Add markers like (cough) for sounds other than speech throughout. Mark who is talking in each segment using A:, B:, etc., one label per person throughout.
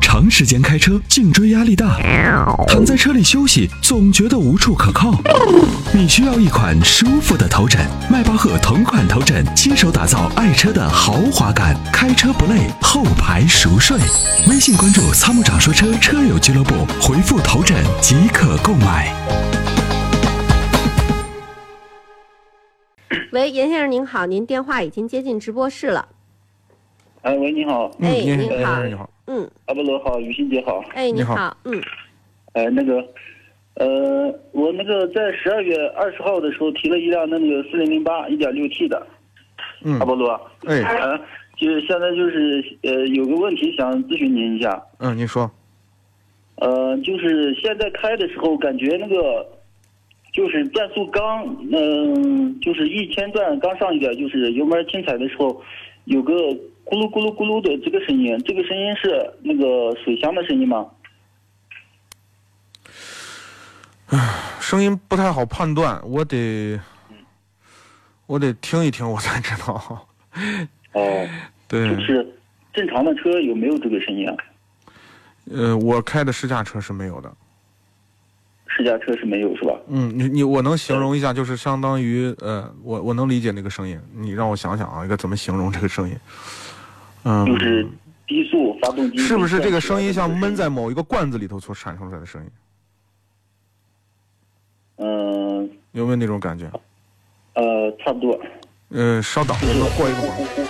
A: 长时间开车，颈椎压力大，躺在车里休息总觉得无处可靠。你需要一款舒服的头枕，迈巴赫同款头枕，亲手打造爱车的豪华感，开车不累，后排熟睡。微信关注“参谋长说车”车友俱乐部，回复“头枕”即可购买。
B: 喂，严先生您好，您电话已经接进直播室了。
C: 哎，喂，你好，
B: 哎，
D: 您
B: 您好，
D: 你好，
B: 嗯，
C: 阿波罗好，于欣姐好，
B: 哎，
D: 你
B: 你
D: 好
B: 好，嗯，
C: 呃，那个，呃，我那个在十二月二十号的时候提了一辆那个四零零八一点六 T 的
D: 嗯
C: 阿，波罗，
D: 哎，
C: 呃，就是现在就是呃有个问题想咨询您一下，
D: 嗯，您说，
C: 呃，就是现在开的时候感觉那个就是转速刚，嗯、就是一千转刚上一点，就是油门轻踩的时候有个咕噜咕噜咕噜的这个声音，这个声音是那个水箱的声音吗？
D: 声音不太好判断，我得，
C: 嗯
D: 我得听一听，我才知道。 (laughs)
C: 哦。
D: 对
C: 就，是正常的车有没有这个声音啊？
D: 呃，我开的试驾车是没有的。
C: 试驾车是没有是吧？
D: 嗯，你你我能形容一下，就是相当于呃，我我能理解那个声音。你让我想想啊，应该怎么形容这个声音？嗯，
C: 就是低速发动机
D: 是不是这个声音像闷在？某一个罐子里头所产生出来的声音？
C: 嗯
D: 有没有那种感觉？
C: 呃差不多。
D: 呃，稍
B: 哎
D: 等，我们过一个广告。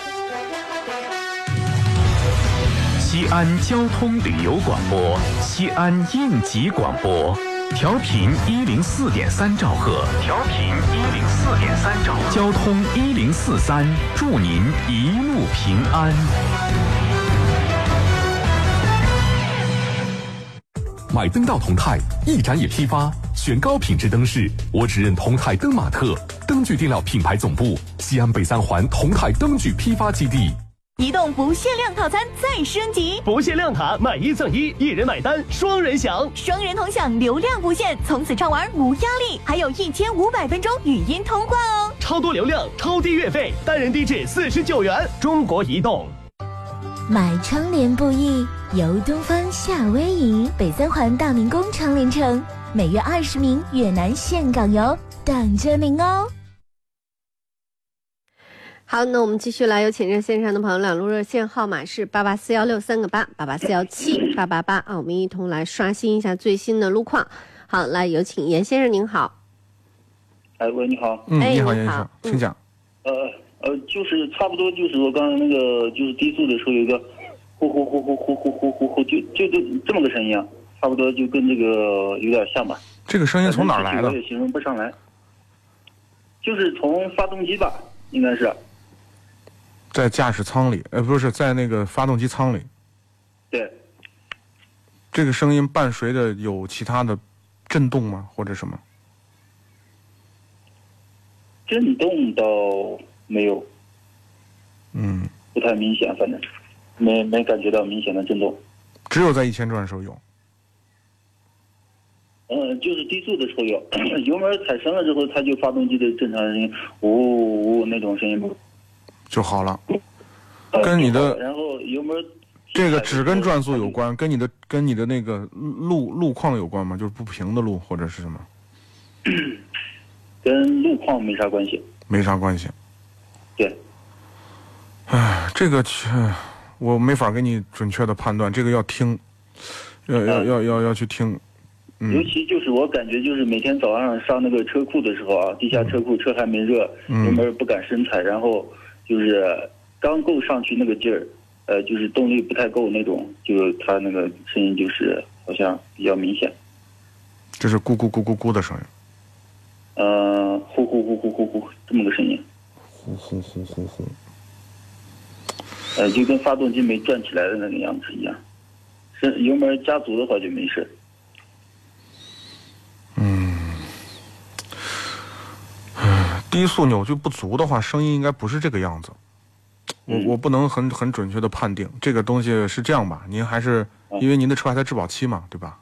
E: 西安交通旅游广播，西安应急广播，调频一零四点三兆赫，调频一零四点三兆赫，交通一零四三，祝您一路平安。
F: 买灯到同泰，一展也批发，选高品质灯饰，我只认同泰灯马特灯具电料品牌总部，西安北三环同泰灯具批发基地。
G: 移动不限量套餐再升级，
H: 不限亮塔买一赠一，一人买单双人享。
G: 双人同享流量无限，从此畅玩无压力，还有一千五百分钟语音通话哦。
H: 超多流量，超低月费，单人低至四十九元。中国移动。
I: 买窗帘布艺，由东方夏威夷北三环大明宫窗帘城，每月二十名越南岘港游等着您哦。
B: 好，那我们继续来有请热线上的朋友，两路热线号码是八八四幺六三个八，八八四幺七八八八啊，我们一同来刷新一下最新的路况。好，来有请严先生您好，
C: 哎喂，你好。
D: 嗯，
B: 哎
D: 你好，
B: 你
D: 严先
B: 好
D: 生，
B: 嗯
D: 请讲。
C: 呃呃，就是差不多就是我刚才那个就是低速的时候有一个呼呼呼呼呼呼呼呼呼，就就这这么个声音啊，差不多就跟这个有点像吧。
D: 这个声音从哪儿来
C: 反正具体？
D: 的
C: 我也形容不上来。就是从发动机吧，应该是
D: 在驾驶舱里，呃，不是在那个发动机舱里。
C: 对。
D: 这个声音伴随着有其他的震动吗？或者什么？
C: 震动倒没有，
D: 嗯，
C: 不太明显，反正没没感觉到明显的震动。
D: 只有在一千转的时候有。
C: 嗯，就是低速的时候有， (clears throat) 油门踩深了之后，它就发动机的正常声音，呜呜呜那种声音不。
D: 就好了。
C: 呃
D: 跟你的
C: 然后油门
D: 这个只跟转速有。关，跟你的跟你的那个路路况有关吗？就是不平的路或者是什么？
C: 跟路况没啥关系。
D: 没啥关系。
C: 对，
D: 唉，这个去，我没法给你准确的判断，这个要听，要要要要要去听。
C: 尤
D: 嗯，
C: 其就是我感觉就是每天早上上那个车库的时候啊，地下车库车还没热，
D: 嗯
C: 油门不敢深踩，然后就是刚够上去那个劲儿，呃，就是动力不太够那种，就它那个声音就是好像比较明显，
D: 这是咕咕咕咕咕的声音，
C: 呃，呼呼呼呼呼呼这么个声音。
D: 呼呼呼呼呼。
C: 呃，就跟发动机没转起来的那个样子一样。是油门加足的话就没事。
D: 低速扭矩不足的话，声音应该不是这个样子。我
C: 嗯
D: 我不能很很准确的判定这个东西是这样吧？您还是
C: 啊
D: 因为您的车还在质保期嘛，对吧？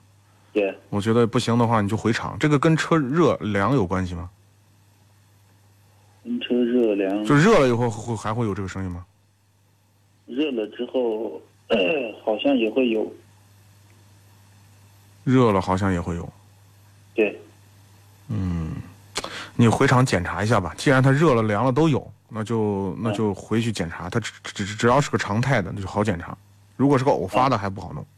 C: 对，
D: 我觉得不行的话，你就回厂。这个跟车热凉有关系吗？
C: 跟嗯车热凉，
D: 就热了以后会还会有这个声音吗？
C: 热了之后、呃好像也会有，
D: 热了好像也会有。
C: 对，
D: 你回厂检查一下吧，既然它热了、凉了都有，那
C: 嗯
D: 就那就回去检查。它只只只只要是个常态的，那就好检查。如果是个偶发
C: 嗯
D: 的，还不好弄。
C: 啊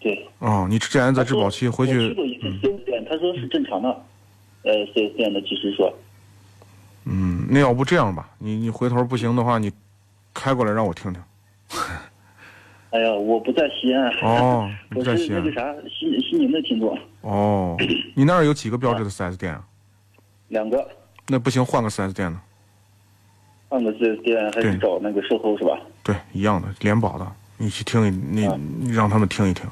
C: 对。
D: 哦，你既然在
C: 他
D: 质
C: 说
D: 保期，回
C: 我去
D: 去嗯
C: 过一次四 S 店，他说是正常的，呃四 S 店的技师说，
D: 嗯，那要不这样吧，你你回头不行的话，你开过来让我听听。
C: 哎呀，我不在西安， (laughs)
D: 哦
C: 我
D: 你在
C: 是
D: 西安
C: 那个啥西西宁的听众，
D: 哦，你那儿有几个标志的 4S 店啊？
C: 两个，
D: 那不行，换个 4S 店呢？
C: 换个四 S 店还是
D: 对
C: 找那个售后是吧？
D: 对，一样的，联保的，你去听一，你你让他们听一听，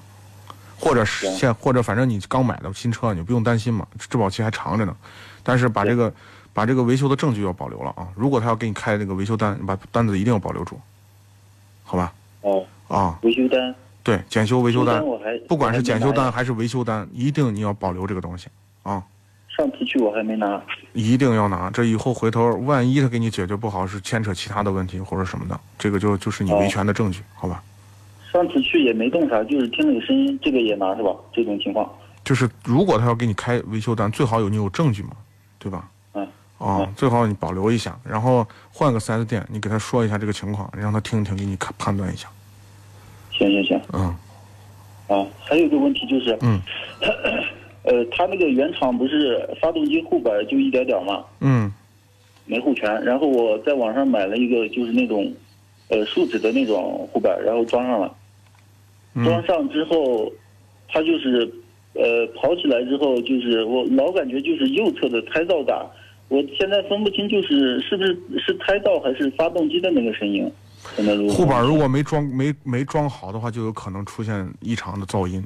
D: 或者是
C: 行
D: 现或者反正你刚买的新车，你不用担心嘛，质保期还长着呢。但是把这个把这个维修的证据要保留了啊！如果他要给你开这个维修单，你把单子一定要保留住，好吧？
C: 哦，
D: 啊，
C: 维修单，
D: 对，检修维修
C: 维
D: 单
C: 修单我还，
D: 不管是检修
C: 我还没拿
D: 单
C: 呀
D: 还是维修单，一定你要保留这个东西啊，
C: 上次去我还没拿，
D: 一定要拿。这以后回头万一他给你解决不好，是牵扯其他的问题或者什么的，这个就就是你维
C: 哦
D: 权的证据，好吧？
C: 上次去也没动啥，就是听那个声音，这个也拿是吧？这种情况，
D: 就是如果他要给你开维修单，最好有你有证据嘛，对吧？
C: 嗯，
D: 啊、
C: 嗯
D: 最好你保留一下，然后换个 4S 店，你给他说一下这个情况，让他听一听，给你看判断一下。
C: 行行行，
D: 嗯
C: 啊，还有一个问题就是，
D: 嗯，
C: (coughs) 呃，它那个原厂不是发动机后板就一点点嘛，
D: 嗯
C: 没护全，然后我在网上买了一个就是那种，呃，树脂的那种护板，然后装上了，装
D: 嗯，
C: 上之后，它就是，呃，跑起来之后就是我老感觉就是右侧的胎噪大，我现在分不清就是是不是是胎噪还是发动机的那个声音，现在如果
D: 护板如果没装没没装好的话，就有可能出现异常的噪音。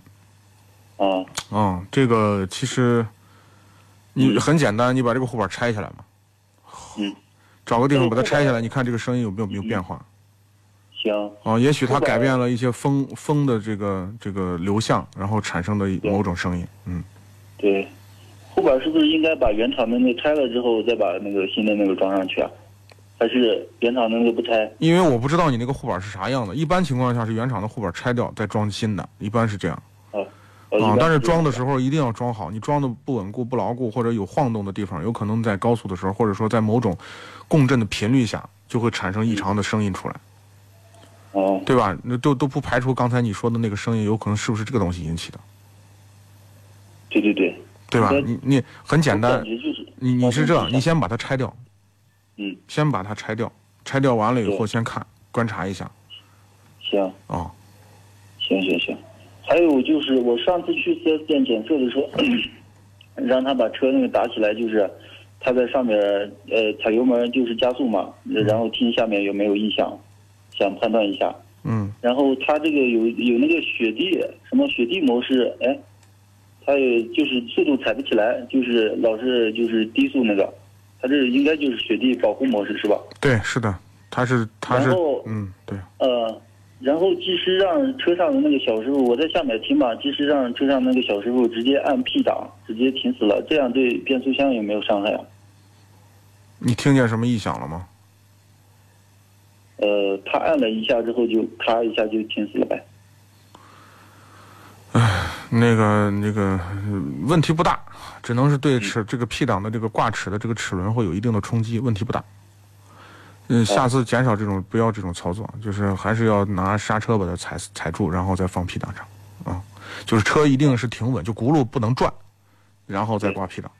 C: 啊，
D: 啊、这个其实你很简单，你把这个护板拆下来嘛，
C: 嗯，
D: 找个地方把它
C: 这个护
D: 拆
C: 板
D: 下来，你看这个声音有没有没有变化？
C: 行，
D: 啊，也许它
C: 后边
D: 改变了一些风风的这个这个流向，然后产生的某种声音。嗯，
C: 对，护板是不是应该把原厂的那个拆了之后再把那个新的那个装上去啊？还是原厂的那个不拆？
D: 因为我不知道你那个护板是啥样的，一般情况下是原厂的护板拆掉再装新的，一般是这样
C: 啊，
D: 啊。但是装的时
C: 候，
D: 候一定要装好，你装的不稳固、不牢固或者有晃动的地方，有可能在高速的时候，或者说在某种共振的频率下，就会产生异常的声音出来，
C: 哦，
D: 对吧？那都都不排除刚才你说的那个声音有可能是不是这个东西引起的，
C: 对对对，
D: 对吧
C: 应？该
D: 你你很简
C: 我
D: 单
C: 感，觉就是
D: 你你是这样，你
C: 像
D: 先把它拆掉，
C: 嗯，
D: 先把它拆掉，拆掉完了以后
C: 对
D: 先看观察一下
C: 行
D: 啊、
C: 行行行，还有就是我上次去 4S 店检测的时候， (clears throat) 让他把车那个打起来，就是他在上面呃踩油门就是加速嘛，呃然后听下面有没有异响，想判断一下。
D: 嗯，
C: 然后它这个有有那个雪地什么雪地模式，哎，它有就是速度踩不起来，就是老是就是低速那个，它这应该就是雪地保护模式是吧？
D: 对，是的，它是它是
C: 然后，
D: 嗯，对，
C: 呃，然后技师让车上的那个小师傅，我在下面听吧，技师让车上那个小师傅直接按 P 档，直接停死了，这样对变速箱有没有伤害啊？
D: 你听见什么异响了吗？
C: 呃，他按了一下之后就咔一下就停死了呗。
D: 那个那个呃问题不大，只能是对齿这个 P 档的这个挂齿的这个齿轮会有一定的冲击，问题不大。嗯，下次减少这种不要这种操作，就是还是要拿刹车把它踩踩住，然后再放 P 档上啊、就是车一定是停稳，就轱辘不能转，然后再挂 P 档。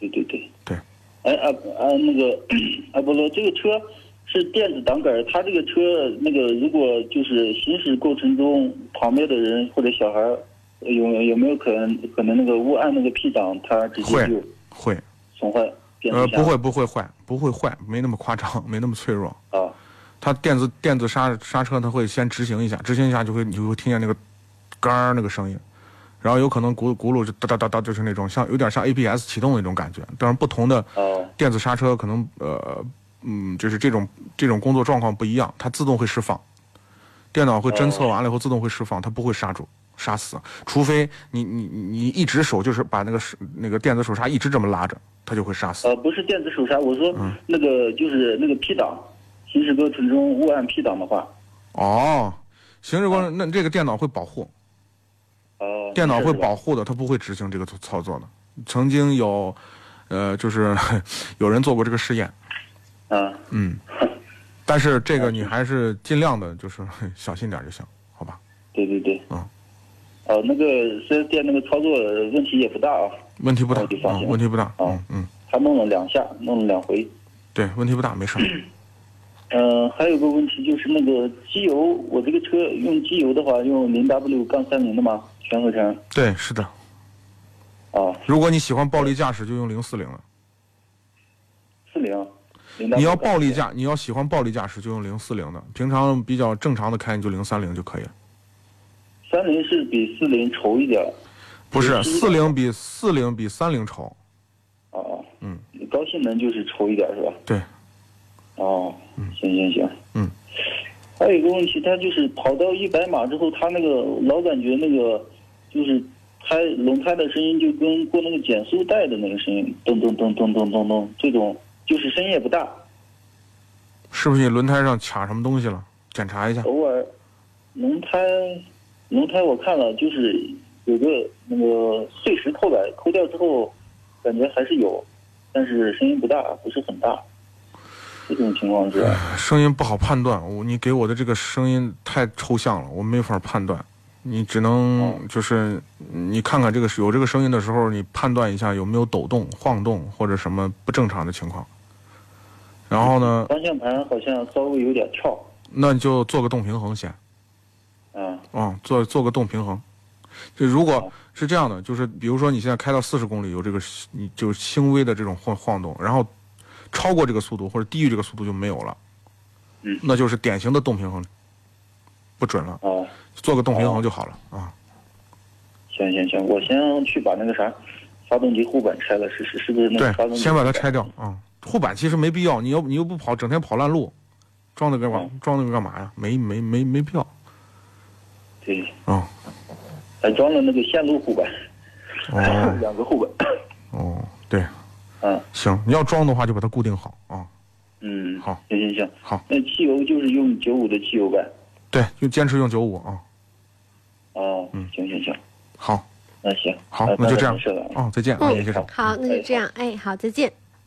C: 对对对。
D: 对。
C: 哎，啊啊，那个阿波罗，这个车是电子挡杆儿，它这个车那个如果就是行驶过程中旁边的人或者小孩儿呃有有没有可能可能那个误按那个 P 档，它直接
D: 会
C: 就
D: 会，
C: 损坏变速
D: 呃，
C: 箱？
D: 不会不会坏，不会坏，没那么夸张，没那么脆弱。
C: 啊，
D: 它电子电子刹刹车，它会先执行一下，执行一下就会你就会听见那个杆儿那个声音，然后有可能轱辘轱辘就哒哒哒哒，就是那种像有点像 ABS 启动那种感觉。但是不同的
C: 哦
D: 电子刹车可能呃嗯，就是这种这种工作状况不一样，它自动会释放，电脑会侦测完了以后自动会释放，它不会刹住。刹死，除非你你你你一直手就是把那个手那个电子手刹一直这么拉着，它就会刹死。
C: 呃，不是电子手刹，我说
D: 嗯
C: 那个就是那个 P 档，行驶过程中误按 P 档的话，
D: 哦，行驶过程那这个电脑会保护，
C: 哦，
D: 电脑
C: 是
D: 会
C: 吧
D: 保护的，它不会执行这个操操作的。曾经有，呃，就是 (laughs) 有人做过这个试验，
C: 啊，
D: 嗯，但是这个你还是尽量的，就是 (laughs) 小心点儿就行，好吧？
C: 对对对，
D: 啊，
C: 哦，那个四 S 店那个操作问题也不大啊，
D: 问题不大
C: 哦就，放
D: 啊，
C: 心了
D: 问题不大，
C: 哦
D: 嗯嗯，
C: 他弄了两下，弄了两回。
D: 对，问题不大，
C: (clears throat)
D: 没事儿。
C: 嗯，还有个问题就是那个机油，我这个车用机油的话，用零 W 杠三零的吗？全合成
D: 对，是的，
C: 啊，
D: 如果你喜欢暴力驾驶，就用零四零了；
C: 四零。
D: 你要暴力驾，你要喜欢暴力驾驶，就用零四零的；平常比较正常的开，你就零三零就可以了。
C: 三零是比四零稠一点儿，
D: 不是
C: 零七
D: 四零比四零比三零丑，
C: 啊啊，
D: 嗯，
C: 高性能就是稠一点儿是吧？
D: 对，
C: 哦，行行行，
D: 嗯。
C: 还有一个问题，它就是跑到一百码之后，它那个老感觉那个就是胎轮胎的声音就跟过那个减速带的那个声音，咚咚咚咚咚咚咚，这种就是声音也不大，
D: 是不是你轮胎上卡什么东西了？检查一下。
C: 偶尔轮胎轮胎我看了就是有个那个碎石扣来，扣掉之后感觉还是有，但是声音不大，不是很大。这种情况是吧？
D: 声音不好判断，我你给我的这个声音太抽象了，我没法判断。你只能就是你看看这个有这个声音的时候，你判断一下有没有抖动、晃动或者什么不正常的情况。然后呢，
C: 方向盘好像稍微有点翘，
D: 那你就做个动平衡先
C: 啊，
D: 啊、做做个动平衡。就如
C: 哦
D: 果是这样的，就是比如说你现在开到四十公里，有这个你就轻微的这种晃晃动，然后超过这个速度或者低于这个速度就没有了，
C: 嗯
D: 那就是典型的动平衡不准了。
C: 哦，
D: 做个动平衡就好了啊。
C: 行行行，我先去把那个啥，发动机护板拆了试试，是不是那个嗯
D: 对
C: 发动，机？
D: 先把它拆。掉啊。护板其实没必要，你又你又不跑，整天跑烂路，装那个
C: 哦
D: 干嘛？装那个干嘛呀？没没没没必要
C: 对，
D: 啊。
C: 还装了那个线路护板， (laughs)
D: 哦
C: 两个护板。
D: 哦，对，
C: 嗯
D: 行，你要装的话就把它固定好啊。
C: 嗯，
D: 好，
C: 行行行，
D: 好，
C: 那汽油就是用九五的汽油呗。
D: 对，就坚持用九五啊。
C: 哦，
D: 嗯
C: 行行行，
D: 好，
C: 那行，
D: 好，
C: 那
D: 那就这样
C: 没事了啊。
D: 啊，再见，啊，
B: 嗯
D: 严先生。
B: 好，那就这样，哎，好，再见。